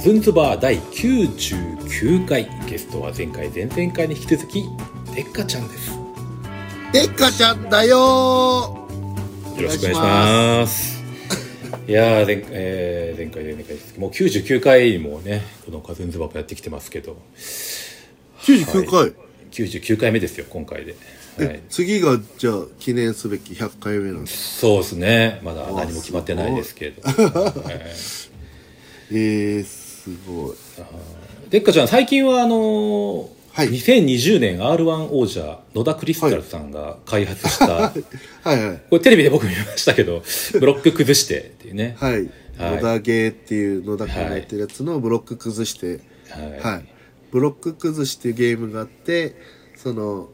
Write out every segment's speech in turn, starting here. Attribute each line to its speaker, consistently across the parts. Speaker 1: ズンズバー第99回ゲストは前回前々回に引き続きてっかちゃんですよ
Speaker 2: でっかちゃんだよ
Speaker 1: ろしくお願いしますいやー前,、えー前回前々回ですもう99回もねこのカズンズバーもやってきてますけど
Speaker 2: 99回、
Speaker 1: 99回目ですよ今回で、
Speaker 2: え
Speaker 1: はい、
Speaker 2: 次がじゃあ記念すべき100回目なんです
Speaker 1: そうですねまだ何も決まってないですけどはい
Speaker 2: えー、すごい
Speaker 1: でっかちゃん最近はあのー
Speaker 2: はい
Speaker 1: 2020年 r 1王者野田クリスタルさんが開発した、
Speaker 2: はいはい
Speaker 1: これテレビで僕見ましたけどブロック崩してっていうね、
Speaker 2: はい、
Speaker 1: はい
Speaker 2: 野田芸っていう野田君がやってるやつのブロック崩して
Speaker 1: はい
Speaker 2: はい、ブロック崩しっていうゲームがあってその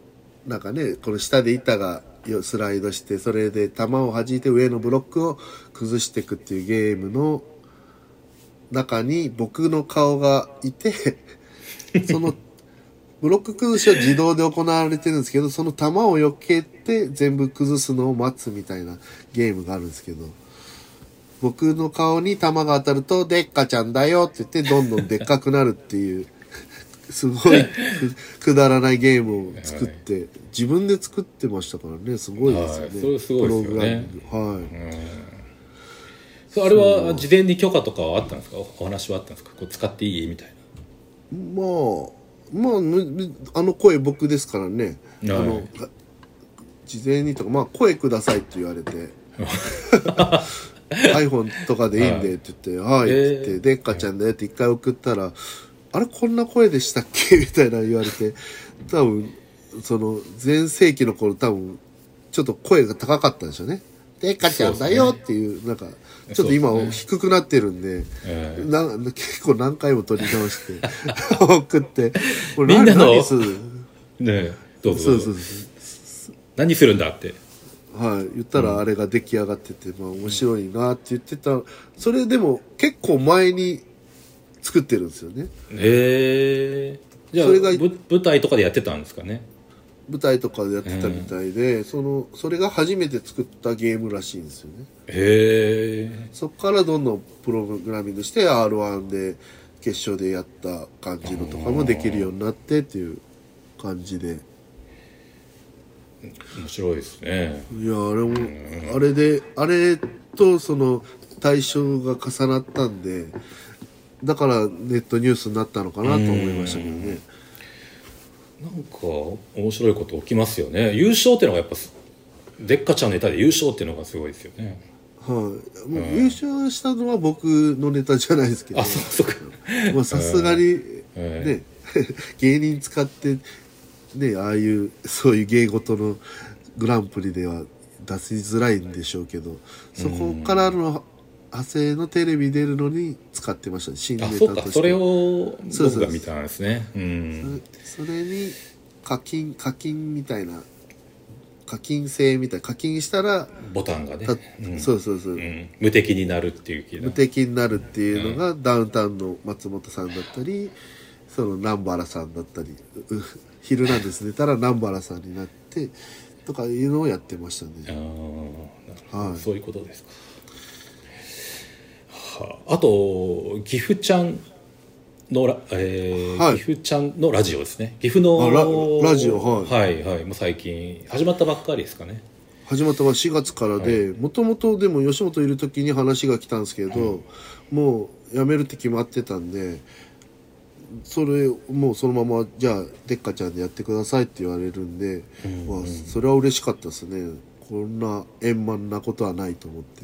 Speaker 2: なんかねこの下で板がよスライドしてそれで弾を弾いて上のブロックを崩していくっていうゲームの中に僕の顔がいてそのブロック崩しは自動で行われてるんですけどその弾を避けて全部崩すのを待つみたいなゲームがあるんですけど。僕の顔に弾が当たると、でっかちゃんだよって言って、どんどんでっかくなるっていう、 すごい くくだらないゲームを作って、自分で作ってましたからね、すごいですよ
Speaker 1: はい
Speaker 2: ね。
Speaker 1: それすごいですよね
Speaker 2: プログラミングはい。
Speaker 1: そうあれは事前に許可とかはあったんですかおお話はあったんですかこれ使っていいみたい
Speaker 2: まあ、まあむ、むあの声僕ですからね。
Speaker 1: はい
Speaker 2: あの、が事前にとか、まあ、声くださいって言われ て。iPhone とかでいいんでって言って、はい、
Speaker 1: えー
Speaker 2: って言って、でっかちゃんだよって一回送ったら、あれこんな声でしたっけ みたいな言われて、多分、その、前世紀の頃多分、ちょっと声が高かったんでしょうね。でっかちゃんだよっていう、なんか、ちょっと今
Speaker 1: そうですね
Speaker 2: 低くなってるんで、
Speaker 1: え
Speaker 2: な結構何回も取り直して 送ってこれ
Speaker 1: みんなの
Speaker 2: 何する
Speaker 1: なねえどうぞ
Speaker 2: そ
Speaker 1: ど
Speaker 2: う
Speaker 1: うぞ
Speaker 2: そうそ
Speaker 1: 何するんだって
Speaker 2: うはい言ったらあれが出来上がってて、まあ面白いなって言ってたそれでも結構前に作ってるんですよね
Speaker 1: へえじゃあ
Speaker 2: それが
Speaker 1: ぶ舞台とかでやってたんですかね
Speaker 2: 舞台とかでやってたみたいで、そのそれが初めて作ったゲームらしいんですよね
Speaker 1: へえ
Speaker 2: そこからどんどんプログラミングして r 1で決勝でやった感じのとかもできるようになってっていう感じで
Speaker 1: 面白いですね
Speaker 2: いやあれもあれであれとその対象が重なったんでだからネットニュースになったのかなと思いましたけどね
Speaker 1: なんか面白いこと起きますよね優勝っていうのがやっぱすでっかちゃんのネタで優勝っていうのがすごいですよね
Speaker 2: はい、もう優勝したのは僕のネタじゃないですけど
Speaker 1: あそうそうか
Speaker 2: まあさすがに
Speaker 1: え
Speaker 2: ね 芸人使ってねああいうそういう芸事のグランプリでは出しづらいんでしょうけどそこからの派生のテレビ出るのに使ってましたね新ネ
Speaker 1: あ
Speaker 2: タと
Speaker 1: そう
Speaker 2: して
Speaker 1: かそれを
Speaker 2: そうそう
Speaker 1: 僕が見たんですねうん
Speaker 2: それに課金課金みたいな課金制みたい課金したら
Speaker 1: ボタンがね
Speaker 2: た、
Speaker 1: うん
Speaker 2: そうそうそう、
Speaker 1: うん無敵になるっていう気が
Speaker 2: 無敵になるっていうのが、ダウンタウンの松本さんだったりその南原さんだったりうう「ヒルナンデス」出たら南原さんになってとかいうのをやってました
Speaker 1: あー
Speaker 2: ね
Speaker 1: なるほど
Speaker 2: はい
Speaker 1: そういうことですかはああと岐阜ちゃんのラ、えー
Speaker 2: はい
Speaker 1: 岐阜ちゃんのラジオですね岐阜の
Speaker 2: あララジオはい
Speaker 1: はい、はいもう最近始まったばっかりですかね
Speaker 2: 始まったのは4月からでもともとでも吉本いる時に話が来たんですけど、もう辞めるって決まってたんでそれもうそのままじゃあでっかちゃんでやってくださいって言われるんで、まあ、それは嬉しかったですねこんな円満なことはないと思って、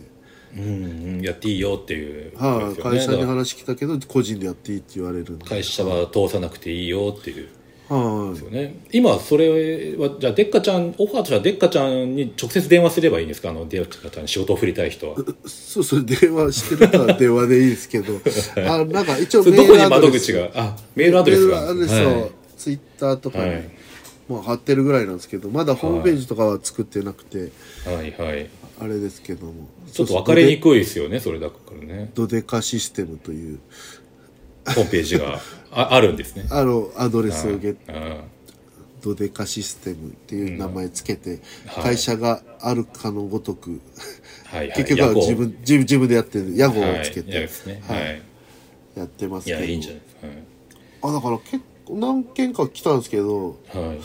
Speaker 1: うん、うん、やっていいよっていう
Speaker 2: はい、
Speaker 1: こと
Speaker 2: 会
Speaker 1: です
Speaker 2: 社
Speaker 1: よねだ
Speaker 2: に
Speaker 1: から
Speaker 2: 話来たけど個人でやっていいって言われるんで
Speaker 1: 会社は通さなくていいよっていう
Speaker 2: はい、
Speaker 1: よね今それはじゃあでっかちゃんオファーとしてはでっかちゃんに直接電話すればいいんですかあのでっかちゃんに仕事を振りたい人は
Speaker 2: そうそう電話してるから電話でいいですけどあなんか一応
Speaker 1: それどこに窓口があメールアドレスが
Speaker 2: メールアドレスを
Speaker 1: はい
Speaker 2: ツイッターとかに、
Speaker 1: はい
Speaker 2: まあ、貼ってるぐらいなんですけどまだホームページとかは作ってなくて、
Speaker 1: はいはい
Speaker 2: あれですけども
Speaker 1: ちょっと分かりにくいですよねそれだから ね
Speaker 2: ドデカシステムという
Speaker 1: ホームページがああるんですね
Speaker 2: あのアドレスをゲット
Speaker 1: あ
Speaker 2: ドデカシステムっていう名前つけて、
Speaker 1: はい
Speaker 2: 会社があるかのごとく、
Speaker 1: はいはい
Speaker 2: 結局は
Speaker 1: ヤコウ
Speaker 2: 自分自分自分でやってる屋号を
Speaker 1: はい
Speaker 2: つけて、
Speaker 1: やつねはい
Speaker 2: やってます
Speaker 1: い
Speaker 2: けど
Speaker 1: やいいんじゃないですか
Speaker 2: あだから結構何件か来たんですけど
Speaker 1: はい、はい、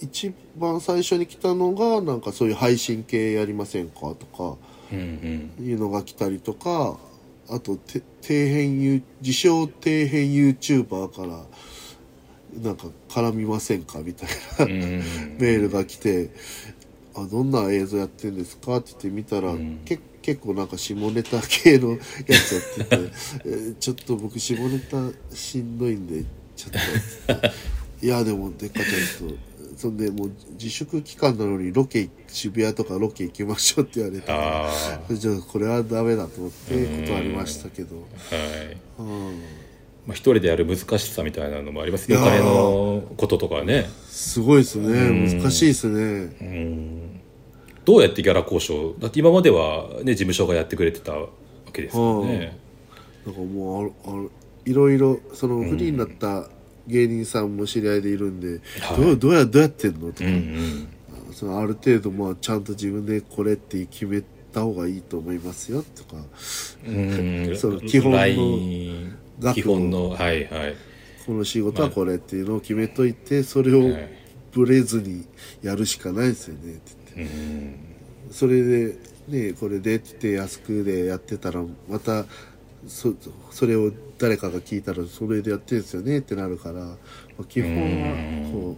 Speaker 2: 一番最初に来たのがなんかそういう配信系やりませんかとか
Speaker 1: うんうん
Speaker 2: いうのが来たりとかあとて底辺ユー自称底辺 YouTuber からなんか絡みませんかみたいな
Speaker 1: うんうん
Speaker 2: メールが来て「あどんな映像やってんですか?」って言って見たら、け結構なんか下ネタ系のやつやって てえー「ちょっと僕下ネタしんどいんでちょっと」いやでもでっかちゃんと」そんでもう自粛期間なのにロケ渋谷とかロケ行きましょうって言われて
Speaker 1: あ
Speaker 2: じゃあこれはダメだと思って断りましたけど、
Speaker 1: あはい
Speaker 2: うん、
Speaker 1: まあ、一人でやる難しさみたいなのもありますね
Speaker 2: い
Speaker 1: お
Speaker 2: やー
Speaker 1: 金のこととかね
Speaker 2: すごいですね、難しいですね
Speaker 1: うんどうやってギャラ交渉だって今までは、ね、事務所がやってくれてたわけですよね、
Speaker 2: なんかもうあるあるいろいろそのフリーになった芸人さんも知り合いでいるんで、
Speaker 1: はい
Speaker 2: どうどうやどうやってんのとか、
Speaker 1: うんうん、
Speaker 2: そのある程度まあちゃんと自分でこれって決めた方がいいと思いますよとか
Speaker 1: うん
Speaker 2: その基本の
Speaker 1: ライン
Speaker 2: 額
Speaker 1: 基
Speaker 2: を
Speaker 1: 本のはいはい
Speaker 2: この仕事はこれっていうのを決めといてそれを
Speaker 1: はい
Speaker 2: ブレずにやるしかないですよねって言って、それで、ね、これでって言って安くでやってたらまたそそれを誰かが聞いたらそれでやってるんですよねってなるから、まあ基本はこ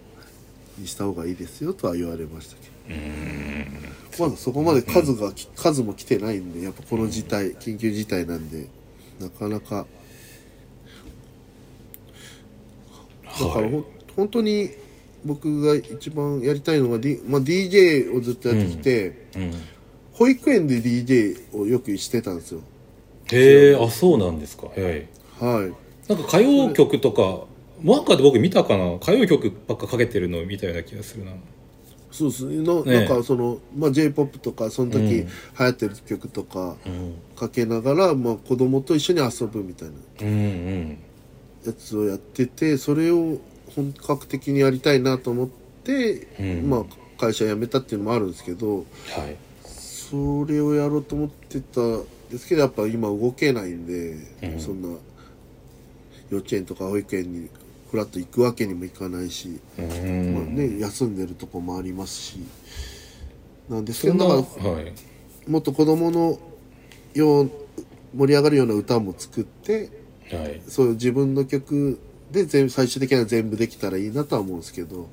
Speaker 2: うにした方がいいですよとは言われましたけどまだそこまで数がき、数も来てないんでやっぱこの事態緊急事態なんでなかなか。だからほん本当に僕が一番やりたいのが、D まあ、DJ をずっとやってきて、
Speaker 1: うん、
Speaker 2: 保育園で DJ をよくしてたんですよ
Speaker 1: へえあそうなんですかはい
Speaker 2: はい
Speaker 1: なんか歌謡曲とかなんかで僕見たかな歌謡曲ばっかかけてるのを見たような気がするな
Speaker 2: そうですねな
Speaker 1: ねえ
Speaker 2: なんかその、まあ、j p o p とかその時流行ってる曲とか
Speaker 1: うん
Speaker 2: かけながら、まあ、子供と一緒に遊ぶみたいな
Speaker 1: うんうん
Speaker 2: やつをやっててそれを本格的にやりたいなと思って、
Speaker 1: うん
Speaker 2: まあ、会社辞めたっていうのもあるんですけど
Speaker 1: はい
Speaker 2: それをやろうと思ってたんですけどやっぱ今動けないんで、そんな幼稚園とか保育園にフラッと行くわけにもいかないし、
Speaker 1: うん
Speaker 2: まあね、休んでるとこもありますしなんですけ
Speaker 1: そんな
Speaker 2: どだ
Speaker 1: は
Speaker 2: から
Speaker 1: い
Speaker 2: もっと子供のよう盛り上がるような歌も作って
Speaker 1: はい
Speaker 2: そういう自分の曲で全部最終的には全部できたらいいなとは思うんですけど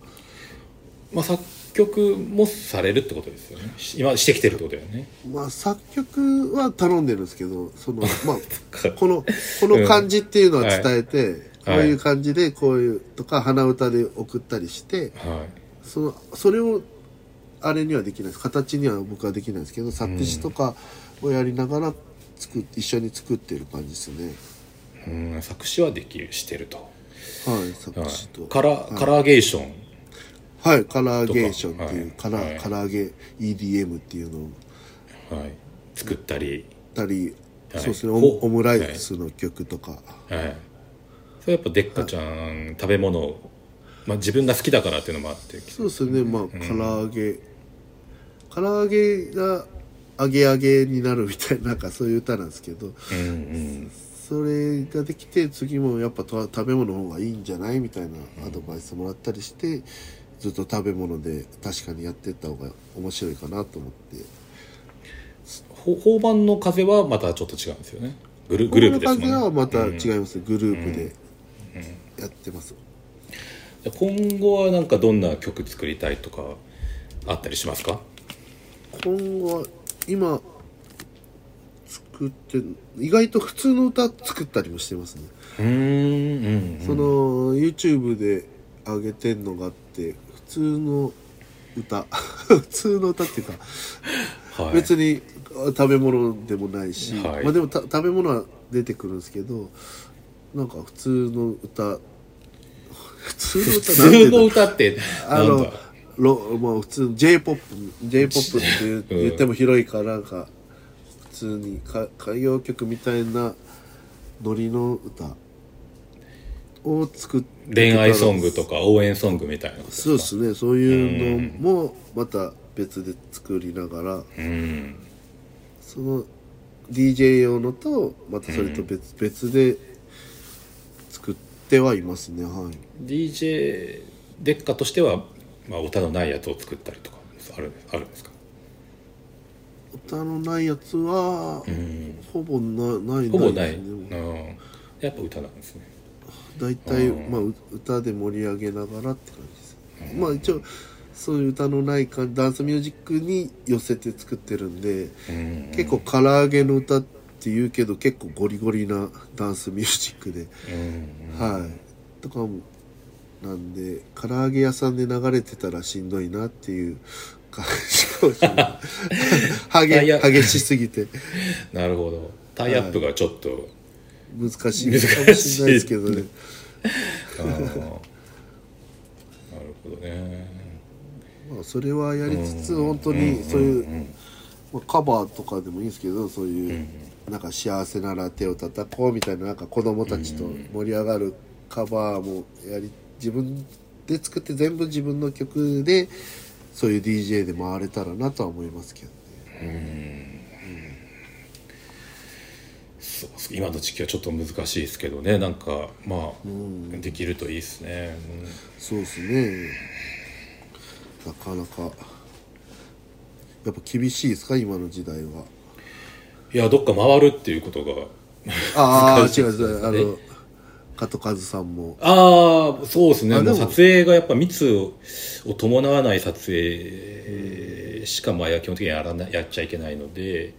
Speaker 1: まあ作曲もされるってことですよねし今してきてるってことだよね
Speaker 2: まあ作曲は頼んでるんですけどそのまあ このこの感じっていうのは伝えて、こういう感じでこういうとか鼻歌で送ったりして
Speaker 1: は
Speaker 2: そのそれをあれにはできないです形には僕はできないですけど作詞とかをやりながら作っ一緒に作ってる感じですね
Speaker 1: いうん作詞はできるしてると、
Speaker 2: はい作
Speaker 1: はい
Speaker 2: 詞と、
Speaker 1: カラカラーゲーション
Speaker 2: はいカラーゲーションっていう、
Speaker 1: と
Speaker 2: カ
Speaker 1: か
Speaker 2: ラ
Speaker 1: はい
Speaker 2: ーカラーゲ EDM っていうのを
Speaker 1: はい、作ったり、
Speaker 2: たり、
Speaker 1: はい
Speaker 2: そうですね
Speaker 1: ほ
Speaker 2: オオムライスの曲とか、
Speaker 1: はい、それやっぱでっかちゃん、食べ物を、まあ、自分が好きだからっていうのもあって
Speaker 2: そうですねまあ唐揚げ、唐揚げが揚げ揚げになるみたいななんかそういう歌なんですけど
Speaker 1: うんうん
Speaker 2: それができて次もやっぱと食べ物の方がいいんじゃないみたいなアドバイスもらったりして、ずっと食べ物で確かにやってった方が面白いかなと思って
Speaker 1: ほ交番の風はまたちょっと違うんですよねグルグループですもん
Speaker 2: この
Speaker 1: ね
Speaker 2: 感じはまた違います、グループでやってます、
Speaker 1: じゃあ今後はなんかどんな曲作りたいとかあったりしますか
Speaker 2: 今後は今作って意外と普通の歌作ったりもしてますね、
Speaker 1: うーんうん
Speaker 2: その YouTube で上げてんのがあって普通の歌 普通の歌っていうか、
Speaker 1: はい
Speaker 2: 別にあ食べ物でもないし、
Speaker 1: はい
Speaker 2: まあでもた食べ物は出てくるんですけどなんか普通の歌普通の歌
Speaker 1: 普
Speaker 2: なんて言う
Speaker 1: 通
Speaker 2: んだ
Speaker 1: の歌って
Speaker 2: あ
Speaker 1: なんだ
Speaker 2: の、ロもう普通の J-POP、J-POP って言う言っても広いから、なんか、普通にか歌謡曲みたいなノリの歌を作ってたら
Speaker 1: 恋愛ソングとか応援ソングみたいなことです
Speaker 2: そうですね、そういうのもまた別で作りながら、
Speaker 1: うん
Speaker 2: その、 DJ 用のとまたそれと別,、別で作ってはいますねはい
Speaker 1: DJ デッカとしては、まあ、歌のないやつを作ったりとかあるあるんですか
Speaker 2: 歌のないやつは、
Speaker 1: ん
Speaker 2: ほぼなない
Speaker 1: ほぼない、
Speaker 2: ですね
Speaker 1: うん、やっぱ歌なんですね
Speaker 2: 大体、
Speaker 1: うん
Speaker 2: まあ、う歌で盛り上げながらって感じです、まあ一応そういう歌のない感じダンスミュージックに寄せて作ってるんで、
Speaker 1: うん
Speaker 2: 結構唐揚げの歌っていうけど結構ゴリゴリなダンスミュージックで、
Speaker 1: うん
Speaker 2: はいとかもなんで唐揚げ屋さんで流れてたらしんどいなっていう感じかもしれな い
Speaker 1: いや
Speaker 2: 激激しすぎて
Speaker 1: なるほどタイアップがちょっと、
Speaker 2: 難しいかもしれないですけどね
Speaker 1: あー なるほどね
Speaker 2: まあ、それはやりつつ本当にそういう、まあ、カバーとかでもいいんですけどそういう、なんか幸せなら手を叩こうみたいななんか子供たちと盛り上がるカバーもやり自分で作って全部自分の曲でそういう DJ で回れたらなとは思いますけどね
Speaker 1: そうっす今の時期はちょっと難しいですけどねなんかまあ、できるといいですね、
Speaker 2: そうですねなかなかやっぱ厳しいですか今の時代は
Speaker 1: うんいやどっか回るっていうことが
Speaker 2: ああ
Speaker 1: 難しい
Speaker 2: 違う違うあの加藤和さんも
Speaker 1: ああそうですね
Speaker 2: あで
Speaker 1: も
Speaker 2: も
Speaker 1: う撮影がやっぱ密をを伴わない撮影しかまあ基本的にやらなやっちゃいけないので、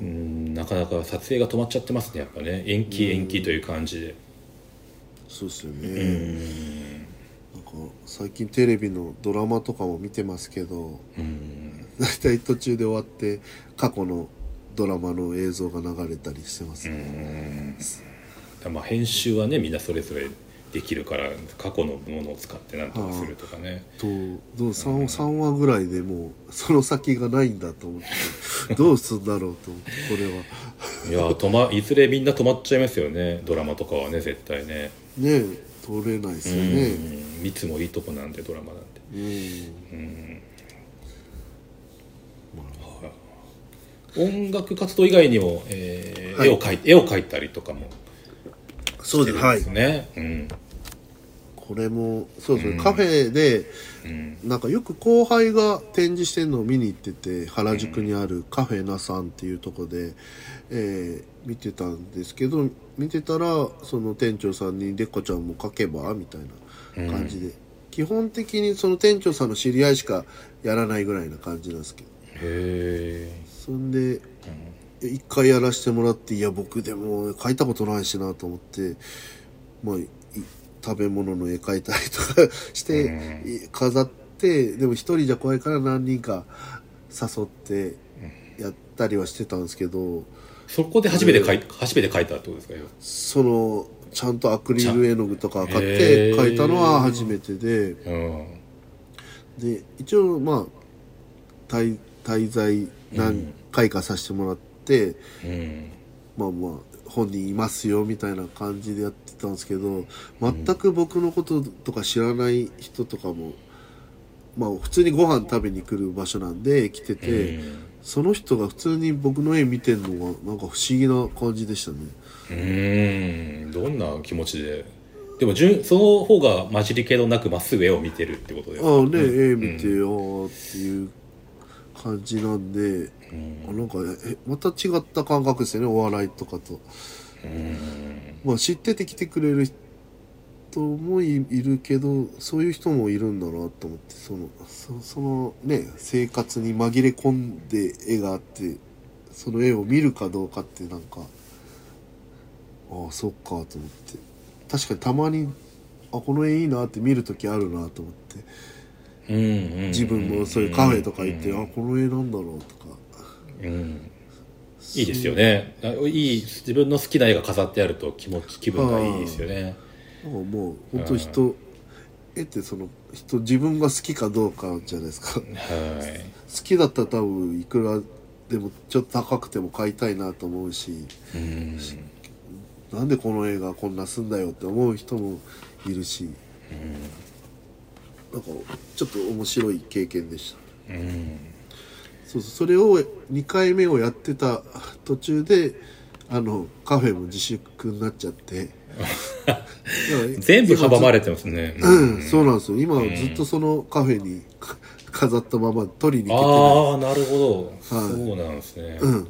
Speaker 1: うん、なかなか撮影が止まっちゃってますねやっぱね延期延期という感じで、
Speaker 2: そうですよね、なんか最近テレビのドラマとかも見てますけど
Speaker 1: うん、
Speaker 2: 大体途中で終わって過去のドラマの映像が流れたりしてますね、
Speaker 1: まあ編集はねみんなそれぞれできるから過去のものを使ってなんとかするとかね、
Speaker 2: とどう 3, 三話ぐらいでもうその先がないんだと思 ってどうすんだろうと思ってこれはい
Speaker 1: やー止まいずれみんな止まっちゃいますよねドラマとかはね絶対ね
Speaker 2: ねえ撮れないですよね
Speaker 1: うん密もいいとこなんでドラマなんて
Speaker 2: うん、
Speaker 1: 音楽活動以外にも、えー
Speaker 2: はい
Speaker 1: 絵を描い絵を描いたりとかも
Speaker 2: そうですは
Speaker 1: ですね、うん
Speaker 2: これもそうですね、カフェで、なんかよく後輩が展示してるのを見に行ってて原宿にあるカフェナさんっていうとこで、えー見てたんですけど見てたらその店長さんに「でっかちゃんも描けば?」みたいな感じで、基本的にその店長さんの知り合いしかやらないぐらいな感じなんですけど
Speaker 1: へえ
Speaker 2: そんで一回やらせてもらっていや僕でも描いたことないしなと思ってまあい食べ物の絵描いたりとかしてい飾ってでも一人じゃ怖いから何人か誘ってやったりはしてたんですけど
Speaker 1: そこで初めて描い初めて描いたってことですかよ
Speaker 2: そのちゃんとアクリル絵の具とか買って
Speaker 1: へー
Speaker 2: 描いたのは初めてで
Speaker 1: うん
Speaker 2: で一応まあ滞滞在何回かさせてもらって。
Speaker 1: うん
Speaker 2: まあまあ本人いますよみたいな感じでやってたんですけど全く僕のこととか知らない人とかも、まあ普通にご飯食べに来る場所なんで来てて、その人が普通に僕の絵見てんのがなんか不思議な感じでしたね
Speaker 1: うんどんな気持ちででもじゅんその方が混じりけどなくまっすぐ絵を見てるってことです
Speaker 2: ああ
Speaker 1: か
Speaker 2: ね、絵見てよっていう感じなんで、あなんかえまた違った感覚ですよねお笑いとかと。
Speaker 1: うん
Speaker 2: まあ、知ってて来てくれる人もいいるけどそういう人もいるんだなと思ってそのそそのね生活に紛れ込んで絵があってその絵を見るかどうかってなんかああそっかと思って確かにたまにあこの絵いいなって見る時あるなと思って
Speaker 1: うんうん
Speaker 2: 自分もそういうカフェとか行ってあこの絵なんだろうとか
Speaker 1: うんいいですよねあいい自分の好きな絵が飾ってあると気持ち気分がいいですよね
Speaker 2: なんかもう本当人絵ってその人自分が好きかどうかじゃないですか。
Speaker 1: はい
Speaker 2: 好きだったら多分いくらでもちょっと高くても買いたいなと思うし
Speaker 1: うん
Speaker 2: なんでこの映画こんなすんだよって思う人もいるし、なんかちょっと面白い経験でした
Speaker 1: うん
Speaker 2: そうそうそれを2回目をやってた途中であのカフェも自粛になっちゃってだから
Speaker 1: 全部阻まれてますね、
Speaker 2: うん、そうなんですよ今はずっとそのカフェにか飾ったまま取りに行けてない
Speaker 1: ああなるほど、
Speaker 2: はい
Speaker 1: そうなんですね、
Speaker 2: うん、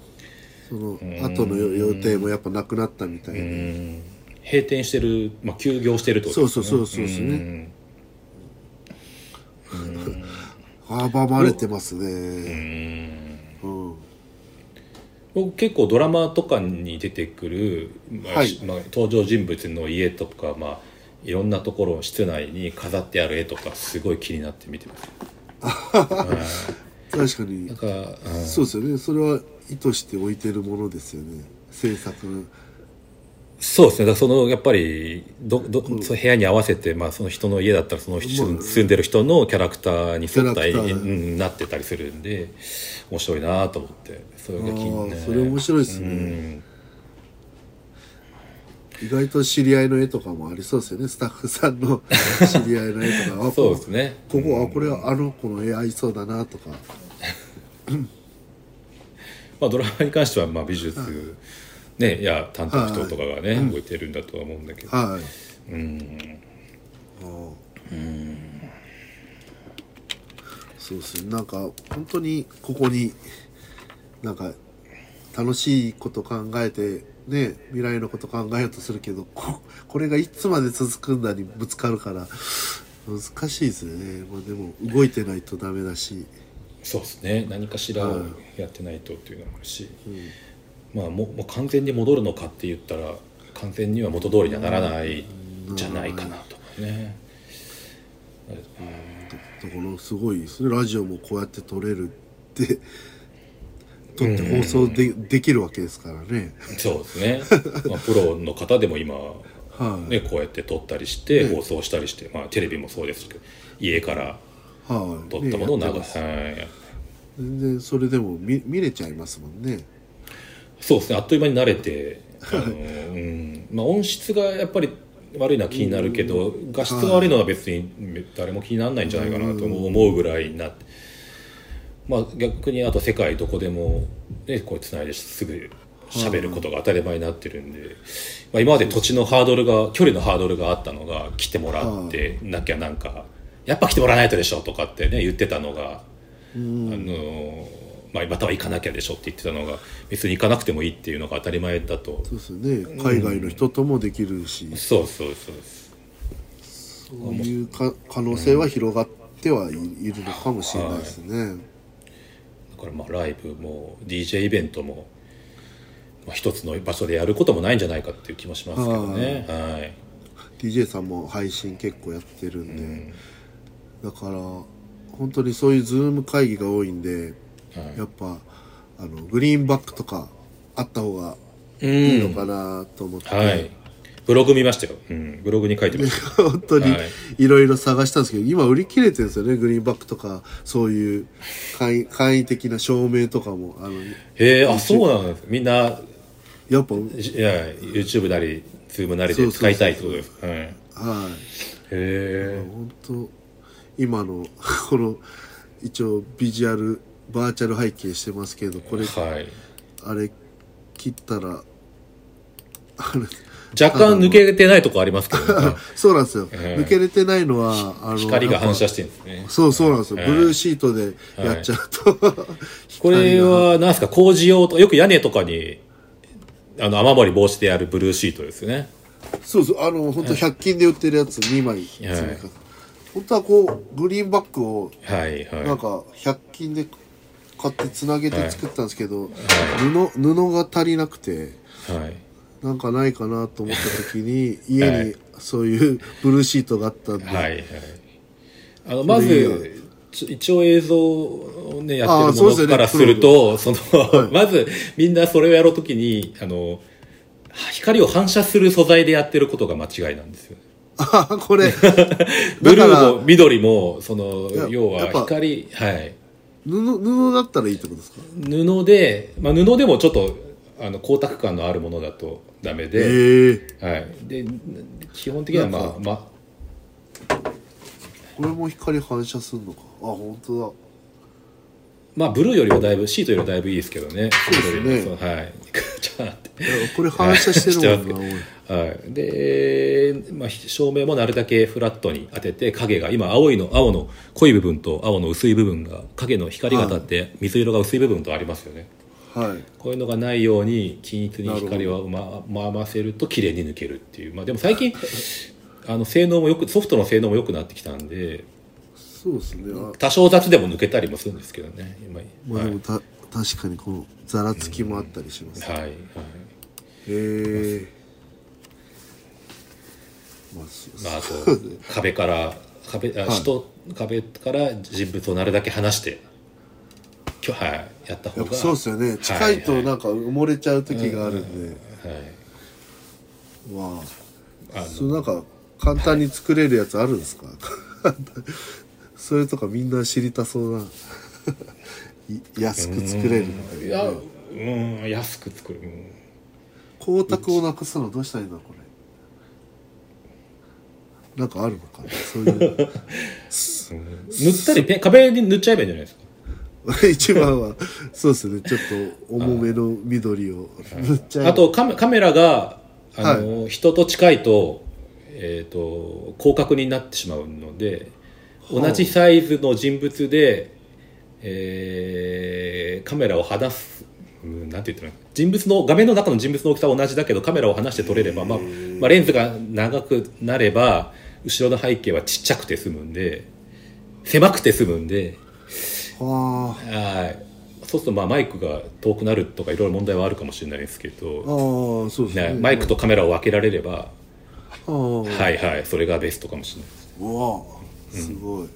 Speaker 2: その後の予予定もやっぱなくなったみたいで、
Speaker 1: うん閉店してる、まあ、休業してるってこと
Speaker 2: そうそうそうそうです
Speaker 1: ね
Speaker 2: ね阻まれてます
Speaker 1: うんう
Speaker 2: ね、
Speaker 1: ん
Speaker 2: うん、
Speaker 1: 僕結構ドラマとかに出てくる、まあ
Speaker 2: はい
Speaker 1: まあ、登場人物の家とか、まあ、いろんなところを室内に飾ってある絵とかすごい気になって見てます、はい
Speaker 2: 確かに
Speaker 1: なんか、うん
Speaker 2: そうですよねそれは意図して置いてるものですよね制作
Speaker 1: そうですねだからそのやっぱりどどその部屋に合わせて、まあ、その人の家だったらその人、
Speaker 2: まあ
Speaker 1: 住んでる人のキャラクターに沿った絵
Speaker 2: キャラクター
Speaker 1: にうんなってたりするんで面白いなと思ってそれが気にな
Speaker 2: あ
Speaker 1: る
Speaker 2: ーそれ面白いですね
Speaker 1: うん
Speaker 2: 意外と知り合いの絵とかもありそうですよねスタッフさんの知り合いの絵とかあ
Speaker 1: そうですね
Speaker 2: ここここあこれはあの子の絵合いそうだなとか
Speaker 1: まあ、ドラマに関してはまあ美術、ね、いや担当の人とかがね、動いてるんだとは思うんだけど、
Speaker 2: はい
Speaker 1: うん
Speaker 2: あーそうですねなんか本当にここになんか楽しいこと考えてね未来のこと考えようとするけどここれがいつまで続くんだにぶつかるから難しいですね、まあ、でも動いてないとダメだし
Speaker 1: そうですね何かしらをやってないとっていうのもあるし、まあ、もうもう完全に戻るのかって言ったら完全には元通りにはならないんじゃないかなとかね、
Speaker 2: だからすごいですねラジオもこうやって撮れるって撮って放送で,、できるわけですからね
Speaker 1: そうですね、まあ、プロの方でも今、
Speaker 2: はい
Speaker 1: ね、こうやって撮ったりして放送したりして、まあ、テレビもそうですけど家から
Speaker 2: はい、
Speaker 1: 撮ったものを流、
Speaker 2: ねやってます
Speaker 1: はい
Speaker 2: 全然それでも見見れちゃいますもんね
Speaker 1: そうですねあっという間に慣れて、あのうんまあ、音質がやっぱり悪いのは気になるけど画質が悪いのは別に誰も気にならないんじゃないかなと思うぐらいになって、まあ、逆にあと世界どこでも、ね、こうつないですぐ喋ることが当たり前になってるんで、まあ、今まで土地のハードルが距離のハードルがあったのが来てもらってなきゃなんかやっぱ来てもらわないとでしょとかってね言ってたのが。あのまあ、または行かなきゃでしょって言ってたのが別に行かなくてもいいっていうのが当たり前だと
Speaker 2: そうですよね海外の人ともできるし、
Speaker 1: そうそうそう
Speaker 2: そういうか可能性は広がってはいいるのかもしれないですね、
Speaker 1: だからまあライブも DJ イベントも、まあ、一つの場所でやることもないんじゃないかっていう気もしますけどねはい
Speaker 2: DJ さんも配信結構やってるんで、だから本当にそういうズーム会議が多いんで、
Speaker 1: はい
Speaker 2: やっぱあのグリーンバックとかあった方がいいのかなと思って、
Speaker 1: はいブログ見ましたよ、うん、ブログに書いてま した
Speaker 2: 本当に
Speaker 1: はい
Speaker 2: いろいろ探したんですけど、今売り切れてるんですよねグリーンバックとかそういう簡易簡易的な照明とかもあの
Speaker 1: へえあそうなんですみんな
Speaker 2: やっぱ
Speaker 1: いや YouTube なり Zoom なり
Speaker 2: そ
Speaker 1: で
Speaker 2: うそうそ
Speaker 1: 使
Speaker 2: う
Speaker 1: いたいってことですはいへ
Speaker 2: はい
Speaker 1: え
Speaker 2: 本当今の この一応ビジュアルバーチャル背景してますけどこれ
Speaker 1: はい
Speaker 2: あれ切ったらあれ
Speaker 1: 若干抜けてないとこありますけどね、
Speaker 2: そうなんですよ、
Speaker 1: ええ
Speaker 2: 抜けれてないのはあの
Speaker 1: 光が反
Speaker 2: やっ
Speaker 1: 射してるんですね
Speaker 2: ぱそうそうなんですよ、
Speaker 1: ええ
Speaker 2: ブルーシートでやっちゃうと、
Speaker 1: これは何ですか工事用とよく屋根とかにあの雨漏り防止でやるブルーシートですね
Speaker 2: そうそう、あの、本当100均で売ってるやつ2枚詰め替え本当はこう、グリーンバッグを、
Speaker 1: はいはい
Speaker 2: なんか、100均で買ってつなげて作ったんですけど、布、布が足りなくて、
Speaker 1: はい
Speaker 2: なんかないかなと思った時に、
Speaker 1: は
Speaker 2: 家に
Speaker 1: い
Speaker 2: そういうブルーシートがあったんで、
Speaker 1: はいはいあのまずちょ一応映像をねやって
Speaker 2: あ
Speaker 1: る
Speaker 2: ーそう
Speaker 1: も
Speaker 2: ですよ
Speaker 1: のか
Speaker 2: ね
Speaker 1: らするとその まずみんなそれをやろうときにあの光を反射する素材でやってることが間違いなんですよ
Speaker 2: ああ、これ、
Speaker 1: ブル
Speaker 2: だか
Speaker 1: ーも
Speaker 2: ら、
Speaker 1: 緑もその
Speaker 2: や
Speaker 1: 要は
Speaker 2: やっぱ
Speaker 1: 光はい
Speaker 2: 布、布だったらいいってことですか
Speaker 1: 布で、まあ、布でもちょっとあの光沢感のあるものだとダメで、
Speaker 2: ええ
Speaker 1: はい、で基本的にはま
Speaker 2: な
Speaker 1: あ
Speaker 2: んか
Speaker 1: ま
Speaker 2: これも光反射するのか。あ、本当だ。
Speaker 1: まあブルーよりはだいぶシートよりはだいぶいいですけどね
Speaker 2: そうですね
Speaker 1: シートよりはそうはいちょっと待って
Speaker 2: これ反射してるもんな、 おい
Speaker 1: はい、で、まあ、照明もなるだけフラットに当てて影が今青いの青の濃い部分と青の薄い部分が影の光が当たって水色が薄い部分とありますよね、
Speaker 2: はい。
Speaker 1: こういうのがないように均一に光をま回せると綺麗に抜けるっていう、まあ、でも最 近あの性能もよくソフトの性能も良くなってきたんで
Speaker 2: そうですね。あ
Speaker 1: 多少雑でも抜けたりもするんですけどね今、
Speaker 2: まあ
Speaker 1: はい
Speaker 2: でもた、確かにこのざらつきもあったりします。
Speaker 1: はい、はい
Speaker 2: へえ。まあ、そう
Speaker 1: まあ、あと壁から壁あ、人壁から人物をなるだけ離して今日はいやった
Speaker 2: や
Speaker 1: 方
Speaker 2: っ
Speaker 1: が
Speaker 2: ぱそうですよね。近いとなんか埋もれちゃう時があるんで。
Speaker 1: はい
Speaker 2: わ
Speaker 1: あ
Speaker 2: あ。
Speaker 1: の
Speaker 2: そうなんか簡単に作れるやつあるんですか。 それとかみんな知りたそうな。 い安く作れるのがいい
Speaker 1: い
Speaker 2: ね
Speaker 1: やうん安く作る、うん
Speaker 2: 光沢をなくすのどうしたらいいんだこれなんかあるのかなそういう
Speaker 1: 塗ったりペン壁に塗っちゃえばいいんじゃないですか
Speaker 2: 一番はそうですねちょっと重めの緑を塗っちゃえば
Speaker 1: あとカメカメラがあの、人と近いと,、えー、と広角になってしまうので
Speaker 2: はあ
Speaker 1: 同じサイズの人物で、えーカメラを離す、うん、なんて言ったらいいの人物の画面の中の人物の大きさは同じだけどカメラを離して撮れれば、まあまあ、レンズが長くなれば後ろの背景はちっちゃくて済むんで狭くて済むんで。
Speaker 2: はあ
Speaker 1: はいそうするとまあマイクが遠くなるとかいろいろ問題はあるかもしれないですけ
Speaker 2: あ
Speaker 1: ど、
Speaker 2: ーそうですね
Speaker 1: ね、マイクとカメラを分けられれば、
Speaker 2: あー
Speaker 1: はいはいそれがベストかもしれないう
Speaker 2: わあすごい、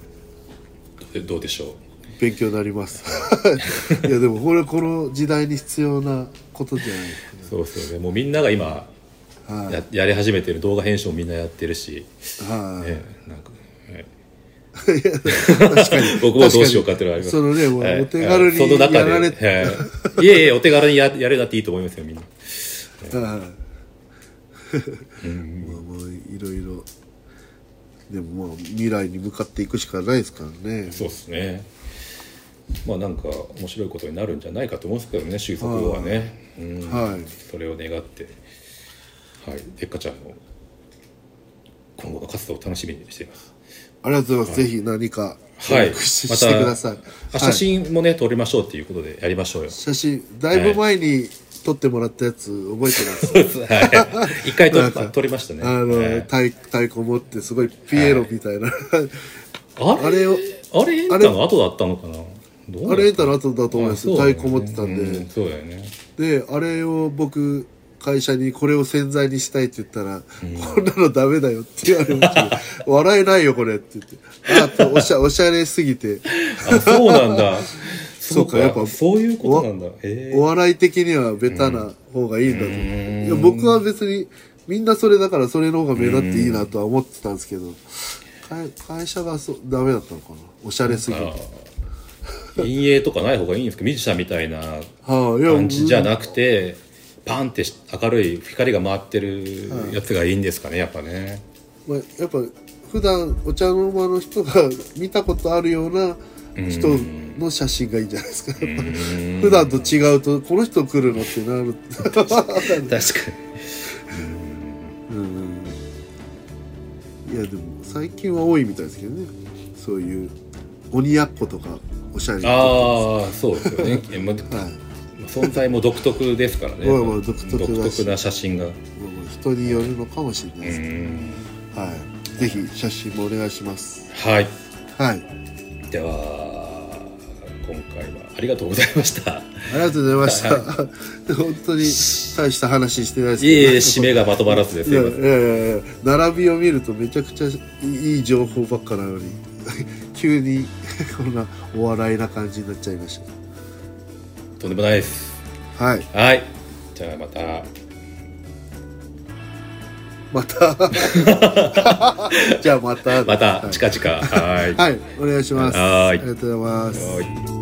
Speaker 1: ですどうでしょ
Speaker 2: 勉強になります いやでもこれこの時代に必要なことじゃないです
Speaker 1: うそうですよねもうみんなが今
Speaker 2: かねはい
Speaker 1: ややり始めてる動画編集もみんなやってるし、
Speaker 2: はい、
Speaker 1: ね、なんか、はい
Speaker 2: 確かに
Speaker 1: 僕もどうしようかっていうのはあります
Speaker 2: そのねもう
Speaker 1: はい
Speaker 2: お手軽
Speaker 1: はいその
Speaker 2: に
Speaker 1: 中で
Speaker 2: やられて、
Speaker 1: はい、いえいえお手軽にややるなっていいと思いますよみんな
Speaker 2: はい。まあまあいろいろでもまあ未来に向かっていくしかないですからね
Speaker 1: そうですねまあなんか面白いことになるんじゃないかと思うんですけどね収束後はね、うん
Speaker 2: はい
Speaker 1: それを願ってはいでっかちゃんの今後の活動を楽しみにしています
Speaker 2: ありがとうございます、ぜひ何か
Speaker 1: はい
Speaker 2: し
Speaker 1: また
Speaker 2: してください、
Speaker 1: あ
Speaker 2: はい
Speaker 1: 写真もね、撮りましょうっていうことでやりましょうよ
Speaker 2: 写真だいぶ前に撮ってもらったやつ覚えて ます、
Speaker 1: はい一回
Speaker 2: な
Speaker 1: 撮
Speaker 2: んか
Speaker 1: 撮りましたね
Speaker 2: あの、
Speaker 1: はい
Speaker 2: 太太鼓持ってすごいピエロみたいな、
Speaker 1: あ
Speaker 2: あれ
Speaker 1: れ
Speaker 2: を
Speaker 1: あれエンタの後だったのかなどう
Speaker 2: あれ見た
Speaker 1: の
Speaker 2: の後だと思います、太鼓持ってたんで、
Speaker 1: そうだよね
Speaker 2: であれを僕会社にこれを洗剤にしたいって言ったら、こんなのダメだよって言われましたけど笑えないよこれって言ってあとおしゃおしゃれすぎて
Speaker 1: あそうなん だ
Speaker 2: そうかやっぱ
Speaker 1: そういうことなんだへ
Speaker 2: お笑い的にはベタな方がいいんだと、いや僕は別にみんなそれだからそれの方が目立っていいなとは思ってたんですけど会会社がそうダメだったのかなおしゃれすぎて
Speaker 1: あー陰影とかない方がいいんですかミュージシャンみたいな
Speaker 2: はいいや
Speaker 1: 感じじゃなくてパンって明るい光が回ってるやつがいいんですかねやっぱね
Speaker 2: まあ、やっぱ普段お茶の間の人が見たことあるような人の写真がいいんじゃないですか 普段と違うとこの人来るのってなる
Speaker 1: 確か
Speaker 2: うんいやでも最近は多いみたいですけどねそういう鬼やっことかおしゃれに
Speaker 1: にああそうですよねえま存在も独特ですからね
Speaker 2: まあまあ独特だし
Speaker 1: 独特な写真がう
Speaker 2: まあ人によるのかもしれないですけ
Speaker 1: ーん
Speaker 2: ど、はい、ぜひ写真もお願いします
Speaker 1: はい
Speaker 2: はい
Speaker 1: では今回はありがとうございました
Speaker 2: ありがとうございました 本当に大した話して ないです
Speaker 1: いえいえ締めがまとまらずです
Speaker 2: いやい
Speaker 1: よ
Speaker 2: やいやいや並びを見るとめちゃくちゃいい情報ばっかなのに 急に こんなお笑いな感じになっちゃいまし
Speaker 1: とんでもないです
Speaker 2: たはい
Speaker 1: はいじゃあまた
Speaker 2: ま た じゃあまた
Speaker 1: また
Speaker 2: はい、
Speaker 1: 近々はい
Speaker 2: はい、お願いします
Speaker 1: はい
Speaker 2: ありがとうございます
Speaker 1: はい